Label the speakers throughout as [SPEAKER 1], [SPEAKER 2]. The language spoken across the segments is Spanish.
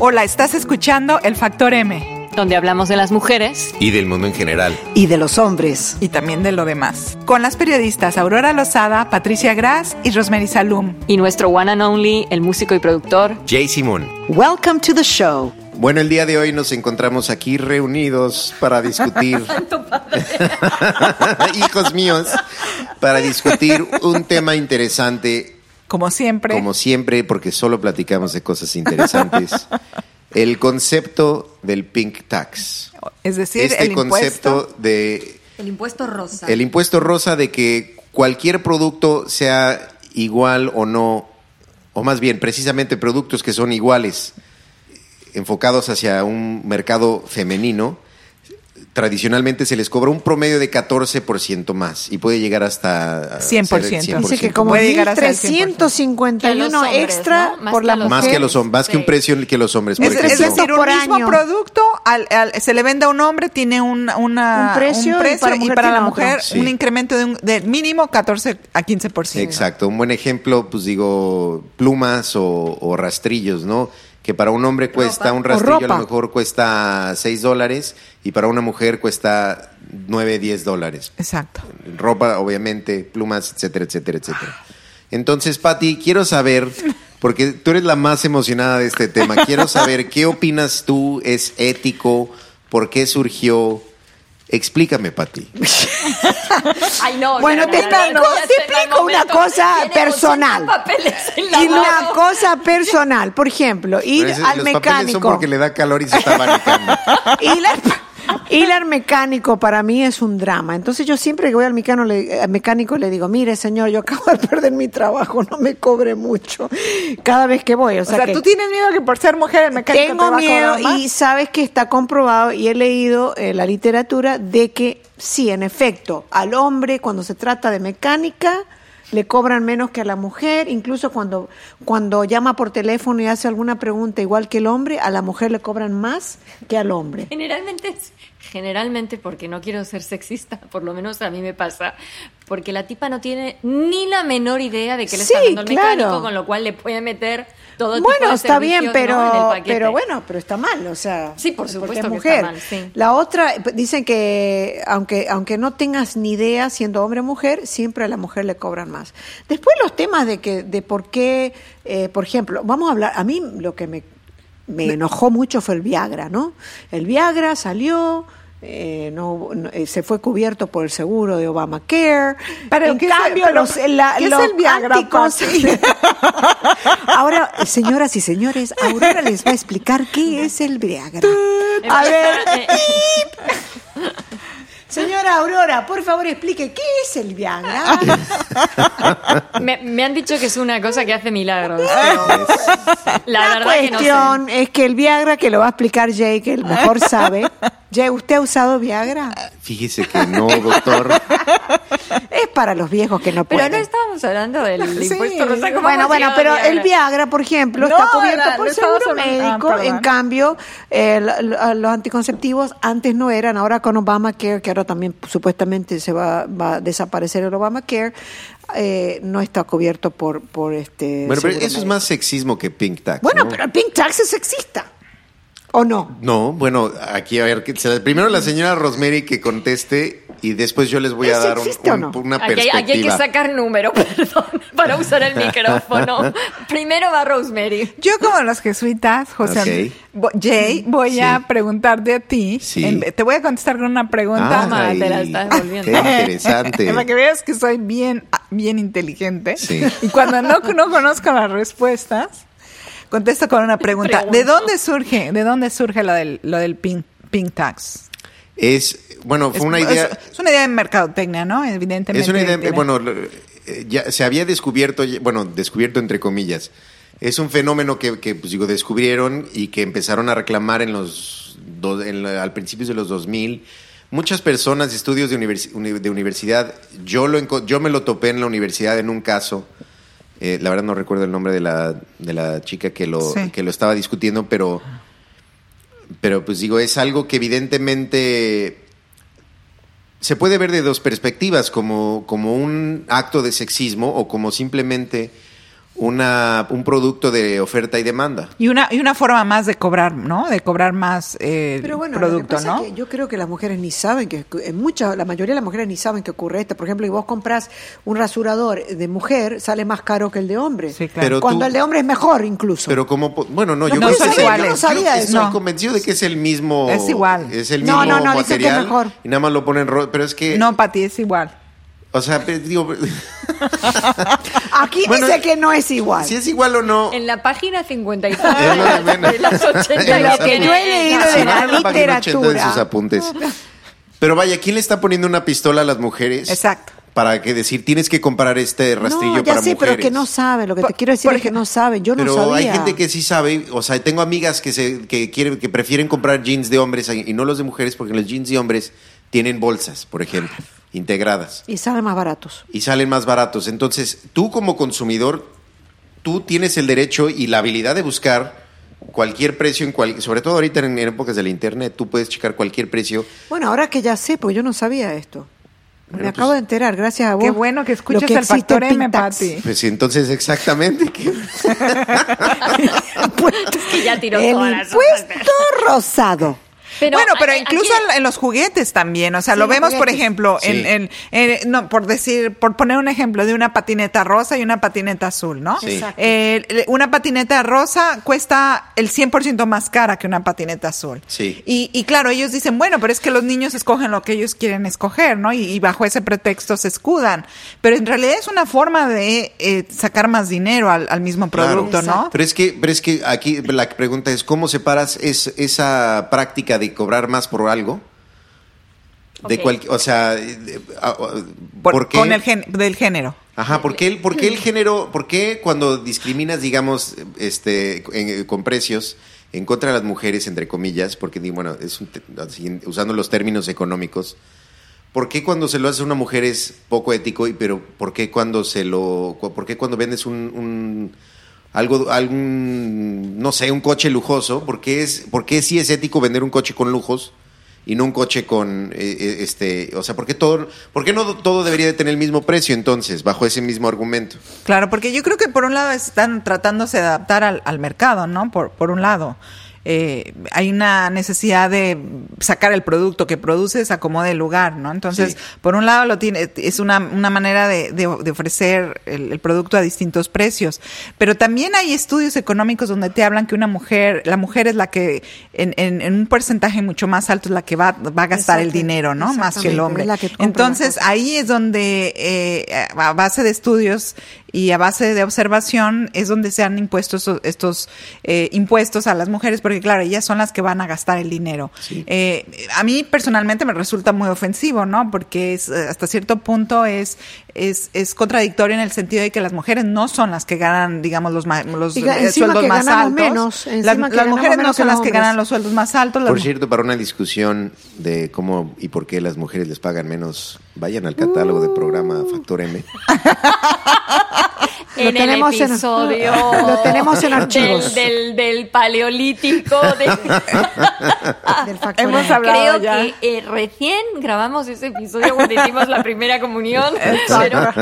[SPEAKER 1] Hola, estás escuchando El Factor M
[SPEAKER 2] donde hablamos de las mujeres
[SPEAKER 3] y del mundo en general
[SPEAKER 4] y de los hombres
[SPEAKER 1] y también de lo demás. Con las periodistas Aurora Lozada, Patricia Gras y Rosemary Salum
[SPEAKER 2] y nuestro one and only, el músico y productor
[SPEAKER 3] Jay Simon.
[SPEAKER 4] Welcome to the show.
[SPEAKER 3] Bueno, el día de hoy nos encontramos aquí reunidos para discutir. Hijos míos, para discutir un tema interesante.
[SPEAKER 1] Como siempre.
[SPEAKER 3] Como siempre, porque solo platicamos de cosas interesantes. el concepto del pink tax.
[SPEAKER 1] Es decir,
[SPEAKER 3] este
[SPEAKER 1] el
[SPEAKER 3] concepto impuesto, de...
[SPEAKER 5] El impuesto rosa.
[SPEAKER 3] El impuesto rosa de que cualquier producto sea igual o no, o más bien precisamente productos que son iguales, enfocados hacia un mercado femenino, tradicionalmente se les cobra un promedio de 14% más y puede llegar hasta
[SPEAKER 1] 100%.
[SPEAKER 4] Dice que como
[SPEAKER 1] puede
[SPEAKER 4] llegar hasta 351 hombres, extra
[SPEAKER 2] ¿no? Más
[SPEAKER 4] por
[SPEAKER 2] que
[SPEAKER 4] la
[SPEAKER 2] a los
[SPEAKER 4] mujer.
[SPEAKER 3] Más que los hombres, más que un
[SPEAKER 2] Sí.
[SPEAKER 3] precio que los hombres, por
[SPEAKER 1] Es, es
[SPEAKER 3] ejemplo.
[SPEAKER 1] decir, un
[SPEAKER 4] Por
[SPEAKER 1] mismo
[SPEAKER 4] año.
[SPEAKER 1] producto al- al- se le vende a un hombre, tiene un, una-
[SPEAKER 4] Un precio, y para
[SPEAKER 1] y
[SPEAKER 4] mujer
[SPEAKER 1] para la
[SPEAKER 4] tiene otro.
[SPEAKER 1] mujer
[SPEAKER 3] Sí.
[SPEAKER 1] un incremento de, un- de mínimo 14 a 15%.
[SPEAKER 3] Exacto, un buen ejemplo, pues digo, plumas o, o rastrillos, ¿no? Que para un hombre cuesta un rastrillo a
[SPEAKER 4] ropa.
[SPEAKER 3] lo mejor cuesta 6 dólares y para una mujer cuesta 9, 10 dólares.
[SPEAKER 1] Exacto.
[SPEAKER 3] Ropa, obviamente, plumas, etcétera, etcétera, etcétera. Entonces, Patti, quiero saber, porque tú eres la más emocionada de este tema, quiero saber qué opinas tú, es ético, por qué surgió. Explícame, Patti.
[SPEAKER 2] Ay, no.
[SPEAKER 4] Bueno,
[SPEAKER 2] Fernanda,
[SPEAKER 4] te explico-
[SPEAKER 2] no, ya
[SPEAKER 4] te
[SPEAKER 2] está en el
[SPEAKER 4] explico una
[SPEAKER 2] este momento.
[SPEAKER 4] cosa
[SPEAKER 2] Tiene
[SPEAKER 4] personal.
[SPEAKER 2] 80 papeles en la
[SPEAKER 4] Y una
[SPEAKER 2] mano.
[SPEAKER 4] cosa personal, por ejemplo, ir
[SPEAKER 3] Pero
[SPEAKER 4] al
[SPEAKER 3] ese- los papeles son
[SPEAKER 4] mecánico.
[SPEAKER 3] porque le da calor y se está abanicando.
[SPEAKER 4] Ir al- ir al mecánico para mí es un drama. Entonces yo siempre que voy al mecánico le, al mecánico le digo, mire señor, yo acabo de perder mi trabajo, no me cobre mucho cada vez que voy. O
[SPEAKER 1] O
[SPEAKER 4] sea,
[SPEAKER 1] sea,
[SPEAKER 4] que
[SPEAKER 1] tú tienes miedo que por ser mujer el mecánico te
[SPEAKER 4] tengo
[SPEAKER 1] va a
[SPEAKER 4] miedo
[SPEAKER 1] cobrar más.
[SPEAKER 4] y sabes que está comprobado y he leído eh, la literatura de que sí, en efecto, al hombre cuando se trata de mecánica le cobran menos que a la mujer, incluso cuando, cuando llama por teléfono y hace alguna pregunta igual que el hombre, a la mujer le cobran más que al hombre.
[SPEAKER 2] Generalmente, es- generalmente, porque no quiero ser sexista, por lo menos a mí me pasa, porque la tipa no tiene ni la menor idea de que le está
[SPEAKER 4] Sí,
[SPEAKER 2] dando el mecánico,
[SPEAKER 4] claro.
[SPEAKER 2] con lo cual le puede meter todo tipo
[SPEAKER 4] Bueno,
[SPEAKER 2] de
[SPEAKER 4] está
[SPEAKER 2] servicios,
[SPEAKER 4] bien,
[SPEAKER 2] ¿no?
[SPEAKER 4] pero,
[SPEAKER 2] en el paquete.
[SPEAKER 4] pero bueno, pero está mal, o sea.
[SPEAKER 2] Sí, por
[SPEAKER 4] porque
[SPEAKER 2] supuesto
[SPEAKER 4] es
[SPEAKER 2] que
[SPEAKER 4] mujer.
[SPEAKER 2] está mal, sí.
[SPEAKER 4] La otra, eh, dicen que aunque, aunque no tengas ni idea siendo hombre o mujer, siempre a la mujer le cobran más. Después los temas de que, de por qué, eh, por ejemplo, vamos a hablar, a mí lo que me, me enojó mucho fue el Viagra, ¿no? El Viagra salió. eh, no, hubo- no, eh, se fue cubierto por el seguro de Obamacare.
[SPEAKER 1] Pero,
[SPEAKER 4] en
[SPEAKER 1] ¿qué es-
[SPEAKER 4] cambio,
[SPEAKER 1] pero,
[SPEAKER 4] los, la-
[SPEAKER 1] ¿qué es
[SPEAKER 4] los
[SPEAKER 1] el Viagra,
[SPEAKER 4] anticonce- Ahora, señoras y señores, Aurora les va a explicar qué es el Viagra. A ver,
[SPEAKER 2] eh,
[SPEAKER 4] señora Aurora, por favor explique qué es el Viagra.
[SPEAKER 2] Me, me han dicho que es una cosa que hace milagros. pero la
[SPEAKER 4] La
[SPEAKER 2] verdad
[SPEAKER 4] cuestión es que el Viagra, que lo va a explicar Jay, que el mejor sabe. Jay, ¿usted ha usado Viagra?
[SPEAKER 3] Fíjese que no, doctor.
[SPEAKER 4] Es para los viejos que no
[SPEAKER 2] que no sé. Pero
[SPEAKER 4] pueden.
[SPEAKER 2] no estábamos hablando del
[SPEAKER 1] Sí.
[SPEAKER 2] impuesto rosa. ¿cómo
[SPEAKER 4] Bueno,
[SPEAKER 2] hemos
[SPEAKER 4] bueno,
[SPEAKER 2] llegado
[SPEAKER 4] pero
[SPEAKER 2] al
[SPEAKER 4] el Viagra, por ejemplo,
[SPEAKER 1] No,
[SPEAKER 4] está cubierto
[SPEAKER 1] era-
[SPEAKER 4] por
[SPEAKER 1] lo estábamos
[SPEAKER 4] seguro
[SPEAKER 1] hablando- ah,
[SPEAKER 4] médico.
[SPEAKER 1] perdón.
[SPEAKER 4] en cambio, eh, lo- lo- los anticonceptivos antes no eran, ahora con Obamacare, que ahora también pues, supuestamente se va, va a desaparecer el Obamacare, eh, no está cubierto por, por este.
[SPEAKER 3] Bueno, pero
[SPEAKER 4] seguro
[SPEAKER 3] eso es
[SPEAKER 4] médico.
[SPEAKER 3] más sexismo que pink tax.
[SPEAKER 4] Bueno,
[SPEAKER 3] ¿no?
[SPEAKER 4] pero el Pink Tax es sexista. ¿O no?
[SPEAKER 3] No, bueno, aquí a ver, que se la- primero la señora Rosemary que conteste y después yo les voy a
[SPEAKER 4] ¿Es
[SPEAKER 3] dar un-
[SPEAKER 4] sexista o
[SPEAKER 3] un-
[SPEAKER 4] no?
[SPEAKER 3] una
[SPEAKER 2] Aquí hay,
[SPEAKER 3] perspectiva.
[SPEAKER 2] aquí hay que sacar número, perdón, para usar el micrófono. Primero va Rosemary.
[SPEAKER 1] Yo como los jesuitas, José,
[SPEAKER 3] Ok.
[SPEAKER 1] Bo- Jay, voy
[SPEAKER 3] Sí.
[SPEAKER 1] a preguntarte a ti.
[SPEAKER 3] Sí.
[SPEAKER 1] En- te voy a contestar con una pregunta.
[SPEAKER 2] Ah,
[SPEAKER 3] Ay,
[SPEAKER 2] te la estás volviendo.
[SPEAKER 3] Qué interesante.
[SPEAKER 1] Para que veas que soy bien, ah, bien inteligente.
[SPEAKER 3] Sí.
[SPEAKER 1] Y cuando no, no conozco las respuestas, contesto con una pregunta. ¿De
[SPEAKER 2] Pregunto.
[SPEAKER 1] dónde surge, de dónde surge lo del, lo del pink, pink tax?
[SPEAKER 3] es bueno, fue
[SPEAKER 1] Es-
[SPEAKER 3] una
[SPEAKER 1] es,
[SPEAKER 3] idea
[SPEAKER 1] Es, una idea de mercadotecnia, ¿no? Evidentemente.
[SPEAKER 3] Es una idea,
[SPEAKER 1] tiene-
[SPEAKER 3] bueno, lo- eh, ya se había descubierto, ya- bueno, descubierto entre comillas. Es un fenómeno que, que, pues, digo, descubrieron y que empezaron a reclamar en los, do- en la- al principio de los 2000. Muchas personas, estudios de, universi- uni- de universidad, yo, lo, enco- yo me lo topé en la universidad en un caso, eh, la verdad no recuerdo el nombre de la, de la chica que lo,
[SPEAKER 1] Sí.
[SPEAKER 3] que lo estaba discutiendo, pero Pero pues digo, es algo que evidentemente se puede ver de dos perspectivas, como, como un acto de sexismo o como simplemente una, un producto de oferta y demanda.
[SPEAKER 1] Y una, y una forma más de cobrar, ¿no? De cobrar más eh,
[SPEAKER 4] Pero bueno, lo que
[SPEAKER 1] producto,
[SPEAKER 4] pasa
[SPEAKER 1] ¿no?
[SPEAKER 4] es que yo creo que las mujeres ni saben que en muchas, la mayoría de las mujeres ni saben que ocurre esto. Por ejemplo, si vos compras un rasurador de mujer, sale más caro que el de hombre.
[SPEAKER 1] Sí, claro.
[SPEAKER 3] Pero
[SPEAKER 4] Cuando
[SPEAKER 3] tú-
[SPEAKER 4] el de hombre es mejor incluso.
[SPEAKER 3] Pero como, po- bueno, no, yo
[SPEAKER 1] No
[SPEAKER 3] creo
[SPEAKER 1] son
[SPEAKER 3] que sí,
[SPEAKER 1] iguales.
[SPEAKER 3] yo creo
[SPEAKER 4] Sabía
[SPEAKER 3] que
[SPEAKER 4] eso.
[SPEAKER 3] estoy
[SPEAKER 1] No.
[SPEAKER 3] convencido de que es el mismo.
[SPEAKER 1] Es igual.
[SPEAKER 3] Es el
[SPEAKER 4] No,
[SPEAKER 3] mismo
[SPEAKER 4] no, no, dice que es
[SPEAKER 3] material.
[SPEAKER 4] mejor.
[SPEAKER 3] Y nada más lo ponen rojo. Pero es que,
[SPEAKER 1] No, Pati, es igual.
[SPEAKER 3] o sea, pe- digo,
[SPEAKER 4] Aquí
[SPEAKER 3] Bueno,
[SPEAKER 4] dice que no es igual.
[SPEAKER 3] si es igual o no.
[SPEAKER 2] En la página 53
[SPEAKER 3] Es lo de menos.
[SPEAKER 2] de las 80
[SPEAKER 4] De lo que
[SPEAKER 2] tiene
[SPEAKER 4] yo he leído
[SPEAKER 2] ella.
[SPEAKER 4] de
[SPEAKER 3] Si van
[SPEAKER 4] la
[SPEAKER 3] a página 80 de
[SPEAKER 4] literatura.
[SPEAKER 3] sus apuntes. Pero vaya, ¿quién le está poniendo una pistola a las mujeres?
[SPEAKER 1] Exacto.
[SPEAKER 3] Para que decir, tienes que comparar este rastrillo
[SPEAKER 4] no, ya
[SPEAKER 3] para
[SPEAKER 4] sé,
[SPEAKER 3] mujeres.
[SPEAKER 4] pero es que no saben. Lo que te
[SPEAKER 1] Por-
[SPEAKER 4] quiero decir
[SPEAKER 1] por
[SPEAKER 4] es que
[SPEAKER 1] ejemplo-
[SPEAKER 4] no saben. Yo no
[SPEAKER 3] pero
[SPEAKER 4] sabía.
[SPEAKER 3] hay gente que sí sabe, o sea, tengo amigas que se que quieren que prefieren comprar jeans de hombres y no los de mujeres porque los jeans de hombres tienen bolsas, por ejemplo, integradas
[SPEAKER 4] Y salen más baratos.
[SPEAKER 3] y salen más baratos. Entonces, tú como consumidor tú tienes el derecho y la habilidad de buscar cualquier precio en cual, sobre todo ahorita en, en épocas del internet, tú puedes checar cualquier precio.
[SPEAKER 4] Bueno, ahora que ya sé, porque yo no sabía esto.
[SPEAKER 3] Bueno,
[SPEAKER 4] Me
[SPEAKER 3] pues-
[SPEAKER 4] acabo de enterar, gracias a vos.
[SPEAKER 1] Qué bueno que
[SPEAKER 4] Lo
[SPEAKER 1] escuches al
[SPEAKER 4] existe
[SPEAKER 1] factor
[SPEAKER 4] en
[SPEAKER 1] M,
[SPEAKER 4] Pintax.
[SPEAKER 1] Pati.
[SPEAKER 3] Pues entonces exactamente ¿qué?
[SPEAKER 2] que ya tiró
[SPEAKER 4] El
[SPEAKER 2] todas las
[SPEAKER 4] impuesto rosado.
[SPEAKER 1] bueno, pero
[SPEAKER 2] a- a-
[SPEAKER 1] incluso
[SPEAKER 2] aquí-
[SPEAKER 1] en- en los juguetes también, o sea,
[SPEAKER 4] Sí,
[SPEAKER 1] lo
[SPEAKER 4] los
[SPEAKER 1] vemos, por
[SPEAKER 4] juguetes.
[SPEAKER 1] ejemplo,
[SPEAKER 3] Sí.
[SPEAKER 1] en, en- en- no, por decir, por poner un ejemplo de una patineta rosa y una patineta azul, ¿no?
[SPEAKER 3] Sí. Exacto.
[SPEAKER 1] Eh, le- una patineta rosa cuesta el 100% más cara que una patineta azul.
[SPEAKER 3] Sí.
[SPEAKER 1] Y, y claro, ellos dicen, bueno, pero es que los niños escogen lo que ellos quieren escoger, ¿no? Y, y bajo ese pretexto se escudan. Pero en realidad es una forma de eh, sacar más dinero al, al mismo
[SPEAKER 3] Claro.
[SPEAKER 1] producto, ¿no?
[SPEAKER 3] Pero es que, pero es que aquí la pregunta es cómo separas es- esa práctica de cobrar más por algo de
[SPEAKER 2] Ok.
[SPEAKER 3] cual- o sea, de- a- a-
[SPEAKER 1] Por-
[SPEAKER 3] ¿por qué?
[SPEAKER 1] Con el gen- del género.
[SPEAKER 3] Ajá, ¿por qué, el, por qué el género, por qué cuando discriminas, digamos, este, en- con precios en contra de las mujeres, entre comillas, porque digo, bueno, es un te- así, usando los términos económicos, ¿por qué cuando se lo hace a una mujer es poco ético y pero por qué cuando se lo, cu- por qué cuando vendes un, un- algo, algún, no sé, un coche lujoso, ¿por qué es, por qué sí es ético vender un coche con lujos? Y no un coche con, eh, eh, este, o sea, ¿por qué, todo, ¿por qué no todo debería de tener el mismo precio entonces, bajo ese mismo argumento?
[SPEAKER 1] Claro, porque yo creo que por un lado están tratándose de adaptar al, al mercado, ¿no? Por, por un lado. Eh, hay una necesidad de sacar el producto que produces, acomode el lugar, ¿no? Entonces,
[SPEAKER 3] Sí.
[SPEAKER 1] por un lado lo tiene, es una, una manera de, de- de ofrecer el, el producto a distintos precios. Pero también hay estudios económicos donde te hablan que una mujer, la mujer es la que en, en- en un porcentaje mucho más alto es la que va, va a gastar el
[SPEAKER 4] Exacto,
[SPEAKER 1] dinero, ¿no? Más que el
[SPEAKER 4] exactamente,
[SPEAKER 1] hombre.
[SPEAKER 4] es la que compra las
[SPEAKER 1] Entonces,
[SPEAKER 4] cosas.
[SPEAKER 1] ahí es donde, eh, a base de estudios y a base de observación, es donde se han impuesto estos, estos, eh, impuestos a las mujeres, porque claro, ellas son las que van a gastar el dinero. Eh, a mí personalmente me resulta muy ofensivo, ¿no? Porque es, eh, hasta cierto punto es, es, es contradictorio en el sentido de que las mujeres no son las que ganan, digamos, los, ma- los
[SPEAKER 4] Y que
[SPEAKER 1] eh,
[SPEAKER 4] encima
[SPEAKER 1] sueldos
[SPEAKER 4] que
[SPEAKER 1] más
[SPEAKER 4] ganamos
[SPEAKER 1] altos. las
[SPEAKER 4] menos, encima que
[SPEAKER 1] las
[SPEAKER 4] ganamos
[SPEAKER 1] mujeres no
[SPEAKER 4] menos
[SPEAKER 1] son
[SPEAKER 4] que
[SPEAKER 1] las
[SPEAKER 4] los
[SPEAKER 1] que ganan
[SPEAKER 4] hombres.
[SPEAKER 1] los sueldos más altos. las
[SPEAKER 3] Por
[SPEAKER 1] mu-
[SPEAKER 3] cierto, para una discusión de cómo y por qué las mujeres les pagan menos, vayan al catálogo de programa Factor M.
[SPEAKER 4] Lo
[SPEAKER 2] en el
[SPEAKER 4] tenemos en-
[SPEAKER 2] episodio
[SPEAKER 4] lo tenemos en archivos.
[SPEAKER 2] del, del, del paleolítico de- Ah,
[SPEAKER 4] Del factor
[SPEAKER 1] Hemos
[SPEAKER 4] M.
[SPEAKER 1] hablado-
[SPEAKER 2] creo
[SPEAKER 1] ya.
[SPEAKER 2] que eh, recién grabamos ese episodio cuando hicimos la primera comunión pero,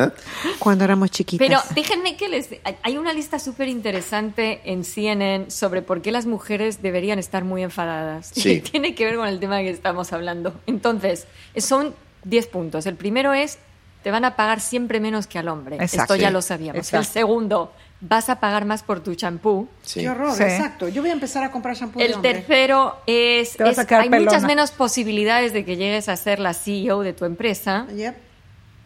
[SPEAKER 4] Cuando éramos chiquitas.
[SPEAKER 2] pero déjenme que les hay una lista súper interesante en CNN sobre por qué las mujeres deberían estar muy enfadadas
[SPEAKER 3] Sí.
[SPEAKER 2] Y tiene que ver con el tema que estamos hablando entonces son 10 puntos el primero es te van a pagar siempre menos que al hombre
[SPEAKER 1] Exacto.
[SPEAKER 2] esto ya
[SPEAKER 3] Sí.
[SPEAKER 2] lo sabíamos
[SPEAKER 1] Exacto.
[SPEAKER 2] el segundo vas a pagar más por tu champú
[SPEAKER 3] Sí.
[SPEAKER 4] Qué horror,
[SPEAKER 1] Sí.
[SPEAKER 4] exacto. Yo voy a empezar a comprar shampoo de
[SPEAKER 2] El
[SPEAKER 4] hombre.
[SPEAKER 2] tercero es,
[SPEAKER 1] Te vas
[SPEAKER 2] es-
[SPEAKER 1] a quedar
[SPEAKER 2] hay
[SPEAKER 1] pelona.
[SPEAKER 2] muchas menos posibilidades de que llegues a ser la CEO de tu empresa.
[SPEAKER 4] Yep.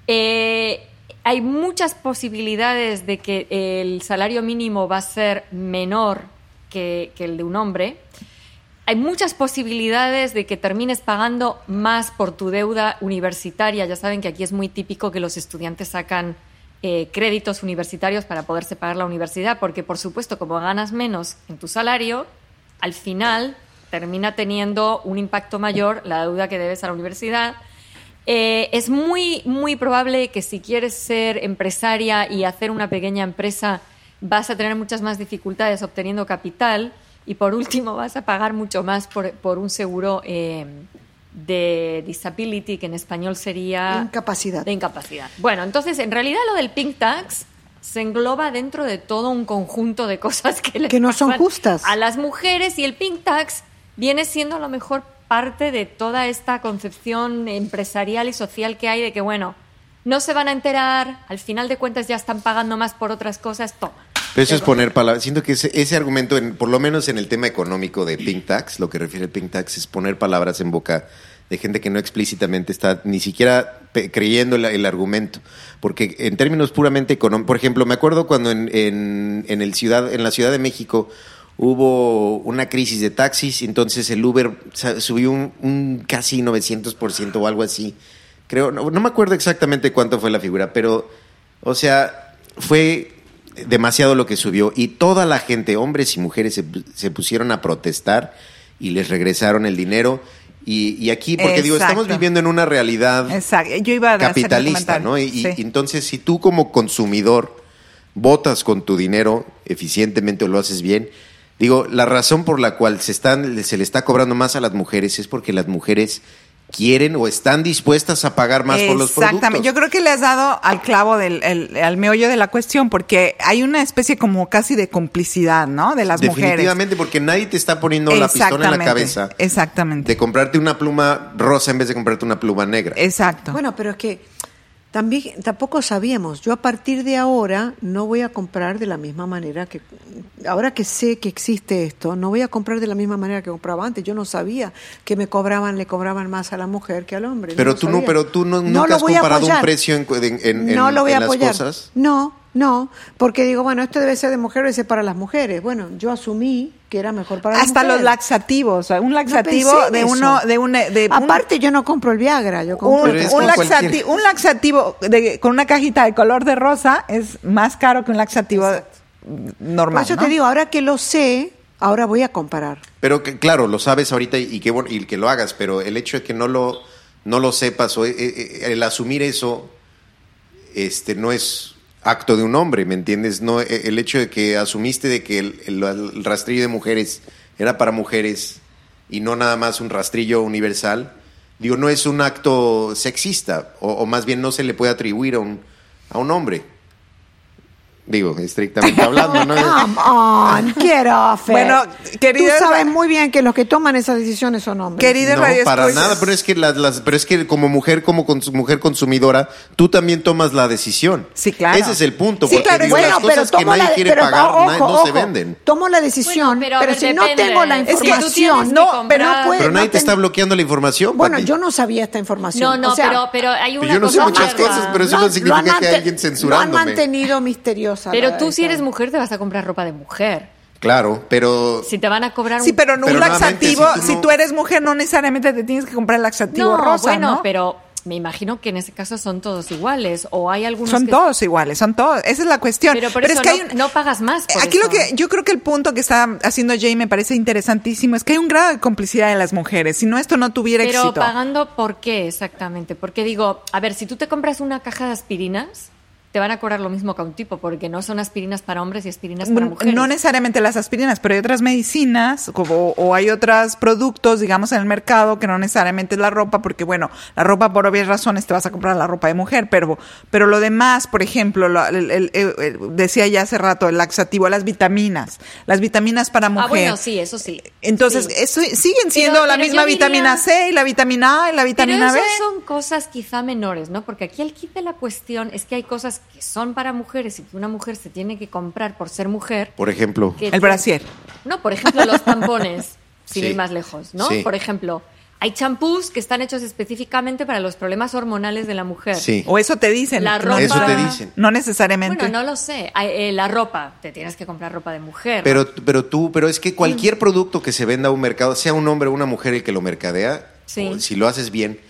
[SPEAKER 2] Eh, hay muchas posibilidades de que el salario mínimo va a ser menor que, que el de un hombre. Hay muchas posibilidades de que termines pagando más por tu deuda universitaria. Ya saben que aquí es muy típico que los estudiantes sacan eh, créditos universitarios para poderse pagar la universidad, porque por supuesto, como ganas menos en tu salario, al final termina teniendo un impacto mayor la deuda que debes a la universidad. Eh, es muy, muy probable que si quieres ser empresaria y hacer una pequeña empresa, vas a tener muchas más dificultades obteniendo capital. Y por último, vas a pagar mucho más por, por un seguro eh, de disability, que en español sería...
[SPEAKER 4] Incapacidad.
[SPEAKER 2] De incapacidad. Bueno, entonces, en realidad lo del pink tax se engloba dentro de todo un conjunto de cosas que le
[SPEAKER 4] Que no son justas.
[SPEAKER 2] a las mujeres y el pink tax viene siendo a lo mejor parte de toda esta concepción empresarial y social que hay de que, bueno, no se van a enterar, al final de cuentas ya están pagando más por otras cosas, toma.
[SPEAKER 3] Pero eso es poner palabras. Siento que ese, ese argumento, en, por lo menos en el tema económico de Pink Tax, lo que refiere el Pink Tax es poner palabras en boca de gente que no explícitamente está ni siquiera pe- creyendo el, el argumento. Porque en términos puramente económicos, por ejemplo, me acuerdo cuando en, en, en el ciudad, en la Ciudad de México hubo una crisis de taxis, entonces el Uber sa- subió un, un casi 900% o algo así. Creo, no, no me acuerdo exactamente cuánto fue la figura, pero, o sea, fue demasiado lo que subió y toda la gente, hombres y mujeres, se, pu- se pusieron a protestar y les regresaron el dinero. Y, y aquí, porque digo, estamos
[SPEAKER 1] Exacto.
[SPEAKER 3] viviendo en una realidad
[SPEAKER 1] Exacto. Yo iba a hacer el
[SPEAKER 3] capitalista,
[SPEAKER 1] comentario.
[SPEAKER 3] ¿no? Y, y-
[SPEAKER 1] Sí.
[SPEAKER 3] y entonces, si tú como consumidor votas con tu dinero eficientemente o lo haces bien, digo, la razón por la cual se, están, se le está cobrando más a las mujeres es porque las mujeres quieren o están dispuestas a pagar más por los productos.
[SPEAKER 1] Exactamente. Yo creo que le has dado al clavo del el- al meollo de la cuestión, porque hay una especie como casi de complicidad, ¿no? De las mujeres.
[SPEAKER 3] Definitivamente, porque nadie te está poniendo la pistola en la
[SPEAKER 1] Exactamente,
[SPEAKER 3] cabeza
[SPEAKER 1] Exactamente.
[SPEAKER 3] de comprarte una pluma rosa en vez de comprarte una pluma negra.
[SPEAKER 1] Exacto.
[SPEAKER 4] Bueno, pero es que también tampoco sabíamos. Yo a partir de ahora no voy a comprar de la misma manera que ahora que sé que existe esto, no voy a comprar de la misma manera que compraba antes. Yo no sabía que me cobraban, le cobraban más a la mujer que al hombre.
[SPEAKER 3] pero
[SPEAKER 4] lo
[SPEAKER 3] tú no,
[SPEAKER 4] sabía.
[SPEAKER 3] pero tú no,
[SPEAKER 4] No
[SPEAKER 3] nunca
[SPEAKER 4] lo
[SPEAKER 3] has
[SPEAKER 4] voy a
[SPEAKER 3] comparado un
[SPEAKER 4] apoyar.
[SPEAKER 3] precio en, en- en-
[SPEAKER 4] no
[SPEAKER 3] en-
[SPEAKER 4] lo voy a
[SPEAKER 3] en las
[SPEAKER 4] apoyar.
[SPEAKER 3] cosas.
[SPEAKER 4] No, no, porque digo, bueno, esto debe ser de mujer, debe ser para las mujeres. Bueno, yo asumí que era mejor para las
[SPEAKER 1] Hasta
[SPEAKER 4] mujeres.
[SPEAKER 1] los laxativos, o sea, un
[SPEAKER 4] No pensé
[SPEAKER 1] laxativo
[SPEAKER 4] en
[SPEAKER 1] de
[SPEAKER 4] eso.
[SPEAKER 1] uno de un de un-
[SPEAKER 4] Aparte yo no compro el Viagra, yo compro
[SPEAKER 1] un,
[SPEAKER 3] Pero
[SPEAKER 4] otra
[SPEAKER 3] es
[SPEAKER 1] un
[SPEAKER 3] con
[SPEAKER 4] cosa.
[SPEAKER 1] laxati-
[SPEAKER 3] cualquier-
[SPEAKER 1] un laxativo de- con una cajita de color de rosa es más caro que un laxativo
[SPEAKER 4] Exacto.
[SPEAKER 1] normal.
[SPEAKER 4] Por eso
[SPEAKER 1] ¿no?
[SPEAKER 4] te digo, ahora que lo sé, ahora voy a comparar.
[SPEAKER 3] Pero que, claro, lo sabes ahorita y, y qué bueno- y que lo hagas, pero el hecho de que no lo, no lo sepas o eh, eh, el asumir eso este, no es acto de un hombre, ¿me entiendes? No, eh, el hecho de que asumiste de que el, el- el rastrillo de mujeres era para mujeres y no nada más un rastrillo universal, digo, no es un acto sexista o, o más bien no se le puede atribuir a un, a un hombre. Digo, estrictamente hablando, ¿no?
[SPEAKER 4] Come on, get off it.
[SPEAKER 1] Bueno, queridos-
[SPEAKER 4] Tú sabes muy bien que los que toman esas decisiones son hombres.
[SPEAKER 1] Queridos
[SPEAKER 3] no, para
[SPEAKER 1] radioescuchas,
[SPEAKER 3] nada, pero es que las, las- pero es que como mujer, como cons- mujer consumidora, tú también tomas la decisión.
[SPEAKER 1] Sí, claro.
[SPEAKER 3] Ese es el punto,
[SPEAKER 1] Sí,
[SPEAKER 3] porque
[SPEAKER 1] claro,
[SPEAKER 3] digo,
[SPEAKER 1] bueno,
[SPEAKER 3] las cosas que
[SPEAKER 4] tomo
[SPEAKER 3] nadie
[SPEAKER 4] la-
[SPEAKER 3] quiere
[SPEAKER 4] pero,
[SPEAKER 3] pagar
[SPEAKER 4] ojo,
[SPEAKER 3] na- no se
[SPEAKER 4] ojo,
[SPEAKER 3] venden.
[SPEAKER 4] Tomo la decisión,
[SPEAKER 2] Bueno, pero, a
[SPEAKER 4] pero
[SPEAKER 2] ver,
[SPEAKER 4] si
[SPEAKER 2] depende.
[SPEAKER 4] no tengo la
[SPEAKER 2] Es que tú
[SPEAKER 4] información,
[SPEAKER 2] tienes que
[SPEAKER 4] no, pero no
[SPEAKER 2] comprar.
[SPEAKER 4] puede-
[SPEAKER 3] Pero nadie
[SPEAKER 4] no
[SPEAKER 3] te
[SPEAKER 4] ten-
[SPEAKER 3] está bloqueando la información.
[SPEAKER 4] Bueno,
[SPEAKER 3] Pati.
[SPEAKER 4] yo no sabía esta información.
[SPEAKER 2] No, no,
[SPEAKER 4] o sea,
[SPEAKER 2] pero, pero hay
[SPEAKER 3] Pero
[SPEAKER 2] una
[SPEAKER 3] yo no sé
[SPEAKER 2] cosa
[SPEAKER 3] muchas
[SPEAKER 2] más,
[SPEAKER 3] cosas,
[SPEAKER 2] ¿no?
[SPEAKER 3] pero eso no
[SPEAKER 4] lo han
[SPEAKER 3] significa que
[SPEAKER 4] mante-
[SPEAKER 3] hay alguien censurándome.
[SPEAKER 4] Lo han mantenido misteriosa.
[SPEAKER 2] Pero
[SPEAKER 4] la-
[SPEAKER 2] tú si
[SPEAKER 4] esa-
[SPEAKER 2] eres mujer te vas a comprar ropa de mujer.
[SPEAKER 3] Claro, pero
[SPEAKER 2] Si te van a cobrar
[SPEAKER 1] Sí,
[SPEAKER 2] un...
[SPEAKER 1] pero, en un
[SPEAKER 3] Pero nuevamente,
[SPEAKER 1] laxativo,
[SPEAKER 3] si tú
[SPEAKER 1] si
[SPEAKER 3] no-
[SPEAKER 1] tú eres mujer, no necesariamente te tienes que comprar el laxativo
[SPEAKER 2] No,
[SPEAKER 1] rosa,
[SPEAKER 2] bueno,
[SPEAKER 1] ¿no?
[SPEAKER 2] pero me imagino que en ese caso son todos iguales o hay algunos
[SPEAKER 1] Son
[SPEAKER 2] que-
[SPEAKER 1] todos iguales, son todos. Esa es la cuestión.
[SPEAKER 2] Pero por eso
[SPEAKER 1] es que
[SPEAKER 2] no,
[SPEAKER 1] hay un- eh,
[SPEAKER 2] no pagas más. por
[SPEAKER 1] Aquí lo
[SPEAKER 2] eso.
[SPEAKER 1] que yo creo que el punto que está haciendo Jay me parece interesantísimo es que hay un grado de complicidad de las mujeres. Si no, esto no tuviera
[SPEAKER 2] Pero
[SPEAKER 1] éxito.
[SPEAKER 2] pagando por qué exactamente? Porque digo, a ver, si tú te compras una caja de aspirinas, te van a cobrar lo mismo que a un tipo, porque no son aspirinas para hombres y aspirinas para mujeres.
[SPEAKER 1] No necesariamente las aspirinas, pero hay otras medicinas como- o hay otros productos, digamos, en el mercado que no necesariamente es la ropa, porque bueno, la ropa por obvias razones te vas a comprar la ropa de mujer, pero, pero lo demás, por ejemplo, lo- el- el- el- el- decía ya hace rato, el laxativo, las vitaminas, las vitaminas para mujer.
[SPEAKER 2] Ah, bueno, sí, eso sí.
[SPEAKER 1] Entonces,
[SPEAKER 2] Sí.
[SPEAKER 1] eso- siguen siendo la
[SPEAKER 2] pero
[SPEAKER 1] misma
[SPEAKER 2] yo
[SPEAKER 1] vitamina
[SPEAKER 2] diría-
[SPEAKER 1] C y la vitamina A y la
[SPEAKER 2] Pero
[SPEAKER 1] vitamina
[SPEAKER 2] esas
[SPEAKER 1] B.
[SPEAKER 2] son cosas quizá menores, ¿no? Porque aquí el kit de la cuestión es que hay cosas que son para mujeres y que una mujer se tiene que comprar por ser mujer.
[SPEAKER 3] por ejemplo,
[SPEAKER 2] que
[SPEAKER 1] El brasier.
[SPEAKER 2] No, por ejemplo, los tampones, sin
[SPEAKER 3] Sí.
[SPEAKER 2] ir más lejos, ¿no?
[SPEAKER 3] Sí.
[SPEAKER 2] Por ejemplo, hay champús que están hechos específicamente para los problemas hormonales de la mujer.
[SPEAKER 3] sí.
[SPEAKER 1] O eso te dicen.
[SPEAKER 2] La
[SPEAKER 1] que no
[SPEAKER 2] ropa- Eso te
[SPEAKER 3] dicen.
[SPEAKER 1] No necesariamente.
[SPEAKER 2] Bueno, no lo sé. Hay, eh, la ropa, te tienes que comprar ropa de mujer.
[SPEAKER 3] Pero pero tú, pero es que cualquier producto que se venda a un mercado, sea un hombre o una mujer el que lo mercadea,
[SPEAKER 2] Sí.
[SPEAKER 3] o si lo haces bien,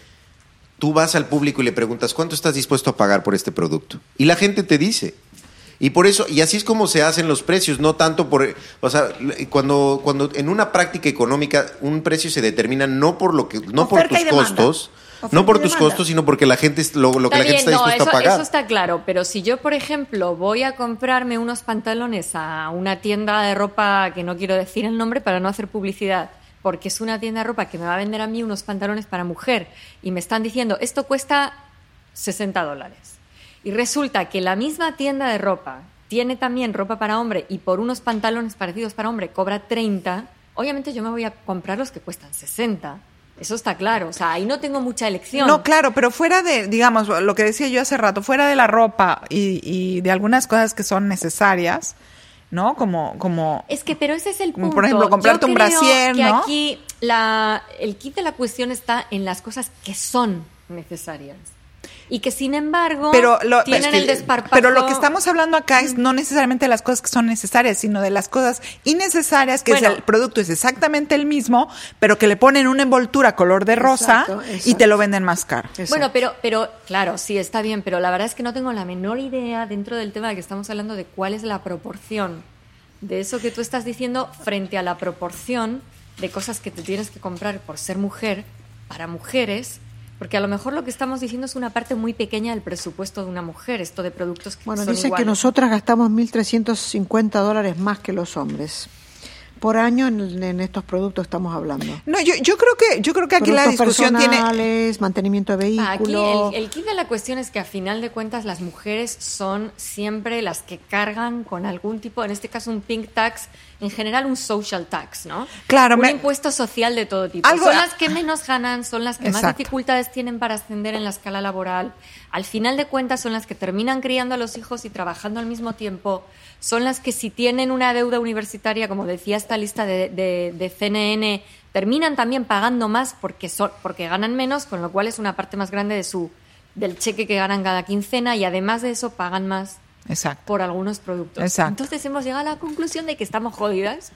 [SPEAKER 3] tú vas al público y le preguntas, "¿Cuánto estás dispuesto a pagar por este producto?" Y la gente te dice Y por eso, y así es como se hacen los precios, no tanto por, o sea, cuando, cuando en una práctica económica un precio se determina no por lo que, no por
[SPEAKER 4] Oferta y
[SPEAKER 3] tus
[SPEAKER 4] demanda.
[SPEAKER 3] costos,
[SPEAKER 4] Oferta
[SPEAKER 3] no por
[SPEAKER 4] y
[SPEAKER 3] tus
[SPEAKER 4] demanda.
[SPEAKER 3] costos, sino porque la gente es- lo, lo que la gente
[SPEAKER 2] bien,
[SPEAKER 3] está
[SPEAKER 2] no,
[SPEAKER 3] dispuesta
[SPEAKER 2] eso,
[SPEAKER 3] a pagar.
[SPEAKER 2] eso está claro, pero si yo, por ejemplo, voy a comprarme unos pantalones a una tienda de ropa que no quiero decir el nombre para no hacer publicidad, porque es una tienda de ropa que me va a vender a mí unos pantalones para mujer y me están diciendo, esto cuesta 60 dólares. Y resulta que la misma tienda de ropa tiene también ropa para hombre y por unos pantalones parecidos para hombre cobra 30, obviamente yo me voy a comprar los que cuestan 60. Eso está claro, o sea, ahí no tengo mucha elección.
[SPEAKER 1] No, claro, pero fuera de, digamos, lo que decía yo hace rato, fuera de la ropa y, y de algunas cosas que son necesarias, ¿no? Como, como,
[SPEAKER 2] Es que, pero ese es el
[SPEAKER 1] Como,
[SPEAKER 2] punto.
[SPEAKER 1] por ejemplo, comprarte
[SPEAKER 2] Yo
[SPEAKER 1] un
[SPEAKER 2] creo
[SPEAKER 1] brasier,
[SPEAKER 2] que
[SPEAKER 1] ¿no?
[SPEAKER 2] aquí la, el kit de la cuestión está en las cosas que son necesarias. Y que, sin embargo,
[SPEAKER 1] pero lo,
[SPEAKER 2] tienen
[SPEAKER 3] es que-
[SPEAKER 2] el desparpajo.
[SPEAKER 1] pero lo que estamos hablando acá es no necesariamente de las cosas que son necesarias, sino de las cosas innecesarias, que es
[SPEAKER 2] Bueno.
[SPEAKER 1] el producto es exactamente el mismo, pero que le ponen una envoltura color de rosa
[SPEAKER 4] Exacto,
[SPEAKER 1] y te
[SPEAKER 4] exacto.
[SPEAKER 1] lo venden más caro.
[SPEAKER 2] Bueno, pero, pero claro, sí, está bien, pero la verdad es que no tengo la menor idea dentro del tema de que estamos hablando de cuál es la proporción de eso que tú estás diciendo frente a la proporción de cosas que te tienes que comprar por ser mujer para mujeres, porque a lo mejor lo que estamos diciendo es una parte muy pequeña del presupuesto de una mujer, esto de productos que
[SPEAKER 4] Bueno,
[SPEAKER 2] son
[SPEAKER 4] dice que
[SPEAKER 2] iguales.
[SPEAKER 4] nosotras gastamos 1.350 dólares más que los hombres por año en, en estos productos estamos hablando.
[SPEAKER 1] No, yo, yo creo que, yo creo que aquí la
[SPEAKER 4] Productos
[SPEAKER 1] discusión tiene,
[SPEAKER 4] personales, mantenimiento de
[SPEAKER 2] Ah, Aquí
[SPEAKER 4] vehículo.
[SPEAKER 2] el, el kit de la cuestión es que a final de cuentas las mujeres son siempre las que cargan con algún tipo, en este caso un pink tax, en general un social tax, ¿no?
[SPEAKER 1] Claro,
[SPEAKER 2] un
[SPEAKER 1] me-
[SPEAKER 2] impuesto social de todo tipo.
[SPEAKER 1] Algo-
[SPEAKER 2] son las que menos ganan, son las que más
[SPEAKER 1] Exacto.
[SPEAKER 2] dificultades tienen para ascender en la escala laboral. Al final de cuentas son las que terminan criando a los hijos y trabajando al mismo tiempo. Son las que si tienen una deuda universitaria, como decía esta lista de, de- de CNN, terminan también pagando más porque, son, porque ganan menos, con lo cual es una parte más grande de su, del cheque que ganan cada quincena y además de eso pagan más
[SPEAKER 1] Exacto.
[SPEAKER 2] por algunos productos.
[SPEAKER 1] Exacto.
[SPEAKER 2] Entonces hemos llegado a la conclusión de que estamos jodidas.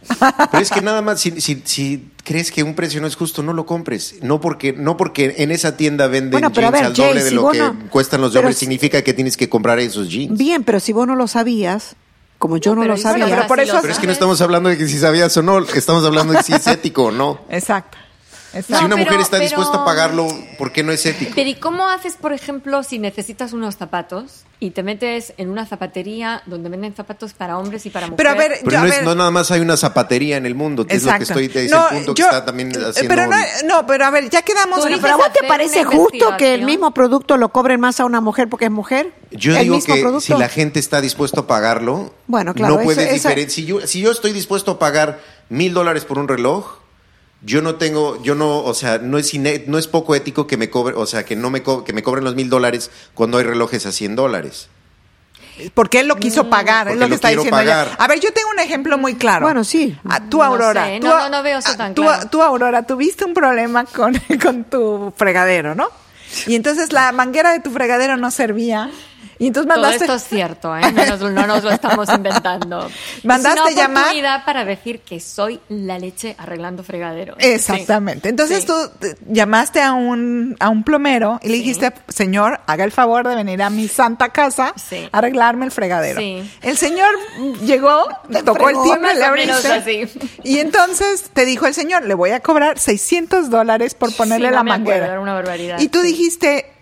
[SPEAKER 3] Pero es que nada más, si, si, si crees que un precio no es justo, no lo compres. No porque, no porque en esa tienda venden
[SPEAKER 4] Bueno, pero a
[SPEAKER 3] jeans
[SPEAKER 4] ver,
[SPEAKER 3] al doble
[SPEAKER 4] Jay,
[SPEAKER 3] de
[SPEAKER 4] si
[SPEAKER 3] lo
[SPEAKER 4] vos
[SPEAKER 3] que
[SPEAKER 4] no-
[SPEAKER 3] cuestan los de
[SPEAKER 4] pero
[SPEAKER 3] hombres,
[SPEAKER 4] si-
[SPEAKER 3] significa que tienes que comprar esos jeans.
[SPEAKER 4] Bien, pero si vos no lo sabías, como yo no,
[SPEAKER 2] pero
[SPEAKER 4] lo
[SPEAKER 2] y
[SPEAKER 4] sabía,
[SPEAKER 1] Bueno, pero por
[SPEAKER 2] ahora sí
[SPEAKER 1] eso-
[SPEAKER 2] lo
[SPEAKER 3] Pero es que
[SPEAKER 2] sabes.
[SPEAKER 3] no estamos hablando de que si sabías o no, estamos hablando de si es ético o no.
[SPEAKER 1] Exacto.
[SPEAKER 2] No,
[SPEAKER 1] Exacto.
[SPEAKER 3] si una mujer
[SPEAKER 2] pero-
[SPEAKER 3] está dispuesta
[SPEAKER 2] pero-
[SPEAKER 3] a pagarlo, ¿por qué no es ético?
[SPEAKER 2] Pero ¿y cómo haces, por ejemplo, si necesitas unos zapatos y te metes en una zapatería donde venden zapatos para hombres y para mujeres?
[SPEAKER 1] Pero a ver,
[SPEAKER 3] Pero
[SPEAKER 1] yo, a
[SPEAKER 3] no, es-
[SPEAKER 1] ver-
[SPEAKER 3] no nada más hay una zapatería en el mundo, que es lo que estoy, es
[SPEAKER 1] No,
[SPEAKER 3] el punto
[SPEAKER 1] yo- eh,
[SPEAKER 3] que está también haciendo.
[SPEAKER 1] Pero no, no, pero a ver, ya quedamos.
[SPEAKER 2] Tú
[SPEAKER 4] Bueno,
[SPEAKER 2] dices
[SPEAKER 4] pero a vos te
[SPEAKER 2] hacer
[SPEAKER 4] parece
[SPEAKER 2] una
[SPEAKER 4] justo que el
[SPEAKER 2] investigación.
[SPEAKER 4] mismo producto lo cobren más a una mujer porque es mujer?
[SPEAKER 3] Yo
[SPEAKER 4] ¿El
[SPEAKER 3] digo
[SPEAKER 4] mismo
[SPEAKER 3] que
[SPEAKER 4] producto?
[SPEAKER 3] si la gente está dispuesta a pagarlo,
[SPEAKER 4] Bueno, claro,
[SPEAKER 3] no
[SPEAKER 4] eso-
[SPEAKER 3] puedes
[SPEAKER 4] eso-
[SPEAKER 3] diferen- Si yo, si yo estoy dispuesto a pagar mil dólares por un reloj, yo no tengo, yo no, o sea, no es, ine- no es poco ético que me cobre, o sea, que no me, co- que me cobren los mil dólares cuando hay relojes a 100 dólares.
[SPEAKER 1] Porque él lo
[SPEAKER 2] Mm.
[SPEAKER 1] quiso pagar, es
[SPEAKER 3] Porque
[SPEAKER 1] lo que
[SPEAKER 3] lo
[SPEAKER 1] está
[SPEAKER 3] quiero
[SPEAKER 1] diciendo ella.
[SPEAKER 3] pagar.
[SPEAKER 1] A ver, yo tengo un ejemplo muy claro.
[SPEAKER 4] Bueno, sí.
[SPEAKER 1] Ah, tú,
[SPEAKER 2] No
[SPEAKER 1] Aurora.
[SPEAKER 2] sé,
[SPEAKER 1] tú, ah,
[SPEAKER 2] no, no, no veo eso tan
[SPEAKER 1] tú-
[SPEAKER 2] claro.
[SPEAKER 1] Tú, Aurora, tuviste un problema con, con tu fregadero, ¿no? Y entonces la manguera de tu fregadero no servía. Y entonces
[SPEAKER 2] Todo
[SPEAKER 1] mandaste.
[SPEAKER 2] esto es cierto, ¿eh? no, nos, no nos lo estamos inventando.
[SPEAKER 1] Mandaste
[SPEAKER 2] es una
[SPEAKER 1] llamar-
[SPEAKER 2] oportunidad para decir que soy la leche arreglando fregaderos.
[SPEAKER 1] Exactamente.
[SPEAKER 2] Sí.
[SPEAKER 1] Entonces
[SPEAKER 2] Sí.
[SPEAKER 1] tú eh, llamaste a un, a un plomero y le dijiste, señor, haga el favor de venir a mi santa casa
[SPEAKER 2] Sí.
[SPEAKER 1] a arreglarme el fregadero.
[SPEAKER 2] Sí.
[SPEAKER 1] El señor mm, llegó, tocó el
[SPEAKER 4] fregó.
[SPEAKER 1] timbre,
[SPEAKER 2] Más
[SPEAKER 1] le
[SPEAKER 2] o menos
[SPEAKER 1] abriste.
[SPEAKER 2] así.
[SPEAKER 1] Y entonces te dijo el señor, le voy a cobrar 600 dólares por ponerle
[SPEAKER 2] Sí, no
[SPEAKER 1] la
[SPEAKER 2] me acuerdo,
[SPEAKER 1] manguera.
[SPEAKER 2] era una barbaridad,
[SPEAKER 1] Y tú
[SPEAKER 2] sí.
[SPEAKER 1] dijiste,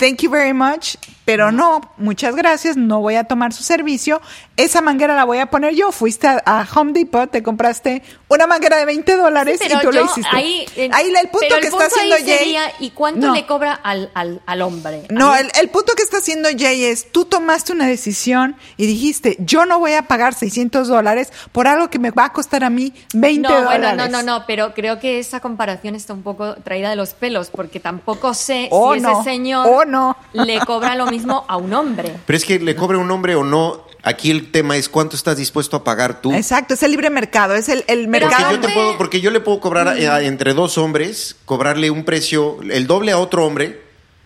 [SPEAKER 1] thank you very much, pero no, muchas gracias, no voy a tomar su servicio. Esa manguera la voy a poner yo. Fuiste a, a Home Depot, te compraste una manguera de 20 dólares
[SPEAKER 2] Sí, pero
[SPEAKER 1] y tú
[SPEAKER 2] yo
[SPEAKER 1] lo hiciste.
[SPEAKER 2] Ahí, eh,
[SPEAKER 1] Ahí el punto
[SPEAKER 2] pero
[SPEAKER 1] que está
[SPEAKER 2] punto ahí
[SPEAKER 1] haciendo Jay.
[SPEAKER 2] sería, ¿Y cuánto
[SPEAKER 1] No.
[SPEAKER 2] le cobra al, al, al hombre?
[SPEAKER 1] No,
[SPEAKER 2] A mí-
[SPEAKER 1] el, el punto que está haciendo Jay es, tú tomaste una decisión y dijiste, yo no voy a pagar 600 dólares por algo que me va a costar a mí 20
[SPEAKER 2] no,
[SPEAKER 1] dólares.
[SPEAKER 2] bueno, no, no, no, pero creo que esa comparación está un poco traída de los pelos, porque tampoco sé
[SPEAKER 1] Oh,
[SPEAKER 2] si
[SPEAKER 1] no.
[SPEAKER 2] ese señor
[SPEAKER 1] Oh, no.
[SPEAKER 2] le cobra lo mismo a un hombre.
[SPEAKER 3] Pero es que
[SPEAKER 4] Ah.
[SPEAKER 3] le cobre un hombre o no, aquí el tema es cuánto estás dispuesto a pagar tú.
[SPEAKER 1] Exacto, es el libre mercado, es el, el
[SPEAKER 2] Pero
[SPEAKER 1] mercado.
[SPEAKER 3] Porque yo, te
[SPEAKER 2] hombre-
[SPEAKER 3] puedo, porque yo le puedo cobrar a- a- entre dos hombres, cobrarle un precio, el doble a otro hombre,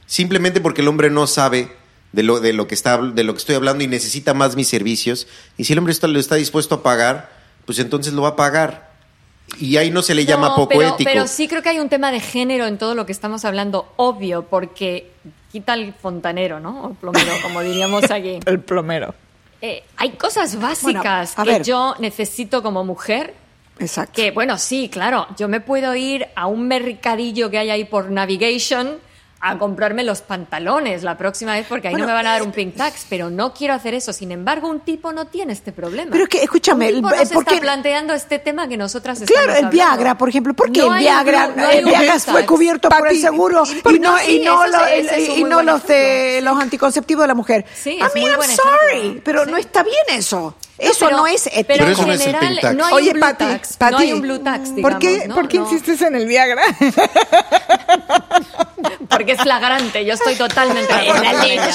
[SPEAKER 3] simplemente porque el hombre no sabe de lo, de lo, que, está, de lo que estoy hablando y necesita más mis servicios. Y si el hombre está, lo está dispuesto a pagar, pues entonces lo va a pagar. Y ahí no se le llama
[SPEAKER 2] No,
[SPEAKER 3] poco
[SPEAKER 2] pero,
[SPEAKER 3] ético.
[SPEAKER 2] Pero sí creo que hay un tema de género en todo lo que estamos hablando, obvio, porque quita el fontanero, ¿no? O el plomero, como diríamos aquí.
[SPEAKER 1] El plomero.
[SPEAKER 2] eh, hay cosas básicas
[SPEAKER 4] Bueno, a
[SPEAKER 2] que
[SPEAKER 4] ver.
[SPEAKER 2] yo necesito como mujer.
[SPEAKER 4] Exacto.
[SPEAKER 2] Que bueno, sí, claro, yo me puedo ir a un mercadillo que hay ahí por Navigation a comprarme los pantalones la próxima vez porque ahí
[SPEAKER 4] Bueno,
[SPEAKER 2] no me van a dar un pink tax, pero no quiero hacer eso. Sin embargo, un tipo no tiene este problema.
[SPEAKER 4] Pero es que, escúchame,
[SPEAKER 2] un tipo
[SPEAKER 4] el-
[SPEAKER 2] no se
[SPEAKER 4] ¿por
[SPEAKER 2] está
[SPEAKER 4] qué?
[SPEAKER 2] planteando este tema que nosotras estamos
[SPEAKER 4] Claro, el
[SPEAKER 2] hablando.
[SPEAKER 4] Viagra, por ejemplo. ¿Por qué
[SPEAKER 2] No
[SPEAKER 4] el
[SPEAKER 2] hay
[SPEAKER 4] Viagra,
[SPEAKER 2] un- no hay
[SPEAKER 4] el
[SPEAKER 2] un
[SPEAKER 4] Viagra
[SPEAKER 2] pink
[SPEAKER 4] fue
[SPEAKER 2] tax.
[SPEAKER 4] cubierto por el seguro y no,
[SPEAKER 2] no,
[SPEAKER 4] y
[SPEAKER 2] sí,
[SPEAKER 4] no,
[SPEAKER 2] ese
[SPEAKER 4] lo-
[SPEAKER 2] es- ese es
[SPEAKER 4] el-
[SPEAKER 2] un
[SPEAKER 4] y
[SPEAKER 2] muy
[SPEAKER 4] no
[SPEAKER 2] buen
[SPEAKER 4] los, de,
[SPEAKER 2] ejemplo.
[SPEAKER 4] los anticonceptivos de la mujer?
[SPEAKER 2] Sí,
[SPEAKER 4] A
[SPEAKER 2] es
[SPEAKER 4] mí,
[SPEAKER 2] muy
[SPEAKER 4] I'm
[SPEAKER 2] buen
[SPEAKER 4] sorry,
[SPEAKER 2] ejemplo.
[SPEAKER 4] pero
[SPEAKER 2] Sí.
[SPEAKER 4] no está bien eso. Eso
[SPEAKER 2] pero-
[SPEAKER 4] no es ético.
[SPEAKER 2] Pero,
[SPEAKER 3] Pero
[SPEAKER 2] en
[SPEAKER 3] eso no es el
[SPEAKER 2] general,
[SPEAKER 3] pink tax.
[SPEAKER 2] no hay
[SPEAKER 1] Oye,
[SPEAKER 2] un blue
[SPEAKER 1] Pati,
[SPEAKER 2] tax,
[SPEAKER 1] Pati,
[SPEAKER 2] no hay un blue tax, digamos,
[SPEAKER 1] ¿Por qué,
[SPEAKER 2] ¿no?
[SPEAKER 1] ¿por qué
[SPEAKER 2] No.
[SPEAKER 1] insistes en el Viagra?
[SPEAKER 2] Porque es flagrante, yo estoy totalmente de acuerdo. con ella.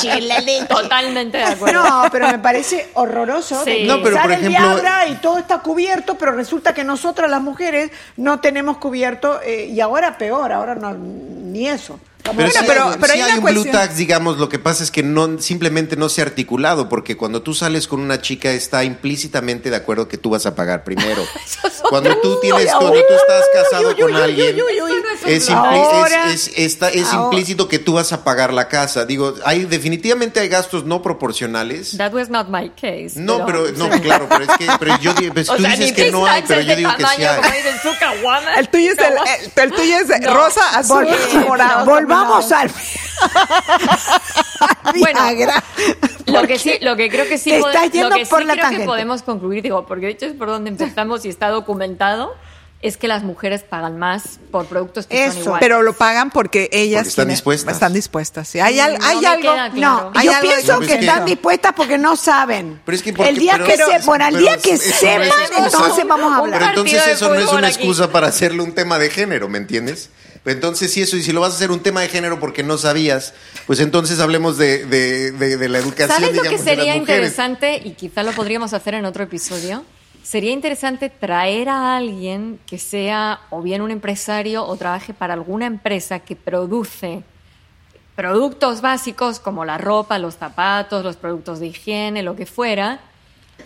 [SPEAKER 2] Totalmente de acuerdo.
[SPEAKER 4] No, pero me parece horroroso.
[SPEAKER 2] Sí.
[SPEAKER 4] de que
[SPEAKER 2] No,
[SPEAKER 3] pero, por
[SPEAKER 4] sale el
[SPEAKER 3] ejemplo-
[SPEAKER 4] Viagra y todo está cubierto, pero resulta que nosotras las mujeres no tenemos cubierto eh, y ahora peor, ahora no ni eso. Estamos-
[SPEAKER 3] Pero,
[SPEAKER 1] Bueno,
[SPEAKER 3] sí
[SPEAKER 1] pero-
[SPEAKER 3] hay,
[SPEAKER 1] pero
[SPEAKER 3] sí
[SPEAKER 1] hay
[SPEAKER 3] hay
[SPEAKER 1] una
[SPEAKER 3] un
[SPEAKER 1] cuestión.
[SPEAKER 3] blue tax, digamos, lo que pasa es que no simplemente no se ha articulado, porque cuando tú sales con una chica está implícitamente de acuerdo que tú vas a pagar primero. cuando tú tienes, cuando tú estás casado
[SPEAKER 4] Uy, uy,
[SPEAKER 3] con
[SPEAKER 4] uy,
[SPEAKER 3] alguien,
[SPEAKER 4] uy, uy, uy.
[SPEAKER 2] Esto no es un blue
[SPEAKER 3] es, impli- es-
[SPEAKER 4] Ahora-
[SPEAKER 3] es- está- es
[SPEAKER 4] ahora-
[SPEAKER 3] implícito que tú vas a pagar la casa. Digo, hay definitivamente hay gastos no proporcionales.
[SPEAKER 2] That was not my case.
[SPEAKER 3] No, pero no, claro, pero es que pero yo di- pues,
[SPEAKER 2] O
[SPEAKER 3] tú
[SPEAKER 2] sea,
[SPEAKER 3] dices
[SPEAKER 2] mi
[SPEAKER 3] que
[SPEAKER 2] pink
[SPEAKER 3] no
[SPEAKER 2] tax
[SPEAKER 3] hay, pero
[SPEAKER 2] es
[SPEAKER 3] yo
[SPEAKER 2] de
[SPEAKER 3] digo que sí
[SPEAKER 2] tamaño,
[SPEAKER 3] hay.
[SPEAKER 2] como dicen, su caguama.
[SPEAKER 1] El tuyo es, el,
[SPEAKER 2] Caguama.
[SPEAKER 1] el- el tuyo es
[SPEAKER 2] No.
[SPEAKER 1] rosa, azul
[SPEAKER 4] Vol-
[SPEAKER 1] y morado.
[SPEAKER 4] Volvamos al al
[SPEAKER 2] Bueno,
[SPEAKER 4] Viagra.
[SPEAKER 2] Lo que, sí, lo que creo que sí,
[SPEAKER 4] Te
[SPEAKER 2] pode-
[SPEAKER 4] estás yendo
[SPEAKER 2] lo que sí
[SPEAKER 4] por la
[SPEAKER 2] creo
[SPEAKER 4] tangente.
[SPEAKER 2] que podemos concluir, digo, porque de hecho es por donde empezamos y está documentado, es que las mujeres pagan más por productos que
[SPEAKER 4] Eso,
[SPEAKER 2] son iguales.
[SPEAKER 1] Pero lo pagan porque ellas
[SPEAKER 3] Porque están
[SPEAKER 1] tienen-
[SPEAKER 3] dispuestas.
[SPEAKER 1] Están dispuestas. sí. Hay, al-
[SPEAKER 2] No
[SPEAKER 1] hay
[SPEAKER 2] me
[SPEAKER 1] algo.
[SPEAKER 2] queda
[SPEAKER 4] No,
[SPEAKER 2] claro.
[SPEAKER 1] hay
[SPEAKER 4] yo
[SPEAKER 1] algo de
[SPEAKER 4] pienso
[SPEAKER 3] eso.
[SPEAKER 4] que
[SPEAKER 3] Es que-
[SPEAKER 4] están dispuestas porque no saben.
[SPEAKER 3] Pero es que porque-
[SPEAKER 4] el día
[SPEAKER 3] pero-
[SPEAKER 4] que
[SPEAKER 3] pero-
[SPEAKER 4] se, bueno, el
[SPEAKER 3] pero
[SPEAKER 4] día que
[SPEAKER 3] es- es-
[SPEAKER 4] sepan,
[SPEAKER 3] pero es-
[SPEAKER 4] entonces vamos a
[SPEAKER 2] un
[SPEAKER 4] hablar.
[SPEAKER 3] Pero entonces
[SPEAKER 2] partido de
[SPEAKER 3] eso no es
[SPEAKER 2] fútbol
[SPEAKER 3] una
[SPEAKER 2] aquí.
[SPEAKER 3] excusa para hacerle un tema de género, ¿me entiendes? Entonces, si eso, y si lo vas a hacer un tema de género porque no sabías, pues entonces hablemos de, de- de- de la educación.
[SPEAKER 2] ¿Sabes lo que
[SPEAKER 3] digamos, de las
[SPEAKER 2] sería
[SPEAKER 3] mujeres.
[SPEAKER 2] interesante? Y quizá lo podríamos hacer en otro episodio. Sería interesante traer a alguien que sea o bien un empresario o trabaje para alguna empresa que produce productos básicos como la ropa, los zapatos, los productos de higiene, lo que fuera.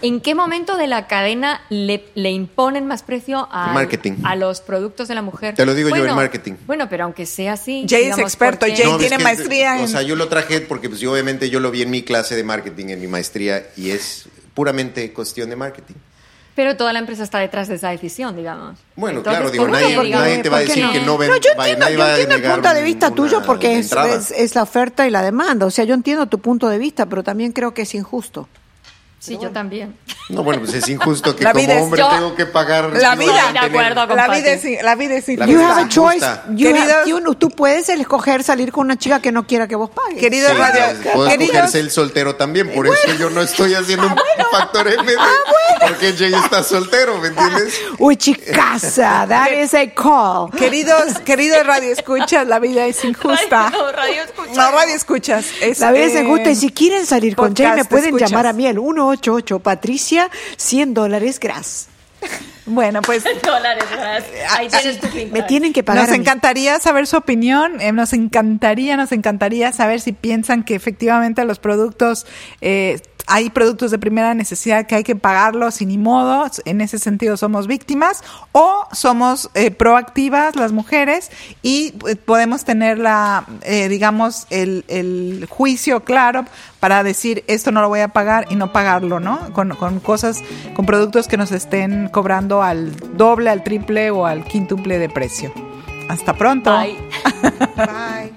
[SPEAKER 2] ¿En qué momento de la cadena le, le imponen más precio a,
[SPEAKER 3] El marketing.
[SPEAKER 2] a los productos de la mujer?
[SPEAKER 3] Te lo digo yo, el marketing.
[SPEAKER 2] Bueno, pero aunque sea así.
[SPEAKER 1] Jay es experto,
[SPEAKER 2] porque-
[SPEAKER 1] Jay
[SPEAKER 3] es
[SPEAKER 1] tiene
[SPEAKER 3] que-
[SPEAKER 1] maestría
[SPEAKER 3] O
[SPEAKER 1] en-
[SPEAKER 3] sea, yo lo traje porque pues, yo, obviamente yo lo vi en mi clase de marketing, en mi maestría, y es puramente cuestión de marketing.
[SPEAKER 2] Pero toda la empresa está detrás de esa decisión, digamos.
[SPEAKER 3] Bueno,
[SPEAKER 2] Entonces,
[SPEAKER 3] claro, digo,
[SPEAKER 2] ¿por
[SPEAKER 3] nadie,
[SPEAKER 2] qué, digamos?
[SPEAKER 3] nadie te va a
[SPEAKER 2] ¿Por qué
[SPEAKER 3] decir que no ven-
[SPEAKER 4] No, yo
[SPEAKER 3] va-
[SPEAKER 4] entiendo,
[SPEAKER 3] nadie
[SPEAKER 4] yo
[SPEAKER 3] va a
[SPEAKER 4] entiendo el
[SPEAKER 3] negar
[SPEAKER 4] punto de
[SPEAKER 3] un-
[SPEAKER 4] vista
[SPEAKER 3] una
[SPEAKER 4] tuyo porque es,
[SPEAKER 3] entrada.
[SPEAKER 4] es- es la oferta y la demanda. O sea, yo entiendo tu punto de vista, pero también creo que es injusto.
[SPEAKER 2] Sí, yo también.
[SPEAKER 3] No, bueno, pues es injusto que
[SPEAKER 1] La vida
[SPEAKER 3] como
[SPEAKER 1] es-
[SPEAKER 3] hombre
[SPEAKER 2] yo-
[SPEAKER 3] tengo que pagar.
[SPEAKER 1] La
[SPEAKER 3] digo,
[SPEAKER 1] vida.
[SPEAKER 3] el
[SPEAKER 2] De
[SPEAKER 3] mantener-
[SPEAKER 2] acuerdo. con
[SPEAKER 1] La
[SPEAKER 2] Pati.
[SPEAKER 1] vida es, in- la vida es
[SPEAKER 3] La
[SPEAKER 4] You
[SPEAKER 1] injusta.
[SPEAKER 4] have a
[SPEAKER 3] vida es injusta.
[SPEAKER 4] choice. You have-
[SPEAKER 1] Queridos-
[SPEAKER 4] you- tú puedes escoger salir con una chica que no quiera que vos pagues.
[SPEAKER 1] Queridos
[SPEAKER 3] Sí,
[SPEAKER 1] radio-
[SPEAKER 3] ya, puedo escoger
[SPEAKER 1] queridos-
[SPEAKER 3] ser soltero también, por eso yo no estoy haciendo un factor M de- porque Jay está soltero, ¿me entiendes?
[SPEAKER 4] Uy, chicasa, that is a call.
[SPEAKER 1] Queridos, queridos radio escuchas, la vida es injusta.
[SPEAKER 2] Radio- no, radio escuchas.
[SPEAKER 1] No, radio escuchas. Es,
[SPEAKER 4] La vez se
[SPEAKER 1] eh,
[SPEAKER 4] gusta y si quieren salir con Jay
[SPEAKER 1] podcast,
[SPEAKER 4] me pueden
[SPEAKER 1] escuchas.
[SPEAKER 4] llamar a mí al 188 Patricia 100 dólares gras.
[SPEAKER 1] Bueno, pues
[SPEAKER 2] Dólares, ¿verdad? Ahí tienes tu
[SPEAKER 4] Me
[SPEAKER 2] pinta.
[SPEAKER 4] tienen que pagar.
[SPEAKER 1] nos
[SPEAKER 4] a mí.
[SPEAKER 1] encantaría saber su opinión, eh, nos encantaría, nos encantaría saber si piensan que efectivamente los productos, eh, hay productos de primera necesidad que hay que pagarlos y ni modo, en ese sentido somos víctimas, o somos eh, proactivas las mujeres y eh, podemos tener la, eh, digamos, el, el juicio claro para decir esto no lo voy a pagar y no pagarlo, ¿no? Con, con cosas, con productos que nos estén cobrando al doble, al triple o al quíntuple de precio. Hasta pronto.
[SPEAKER 2] Bye.
[SPEAKER 4] Bye.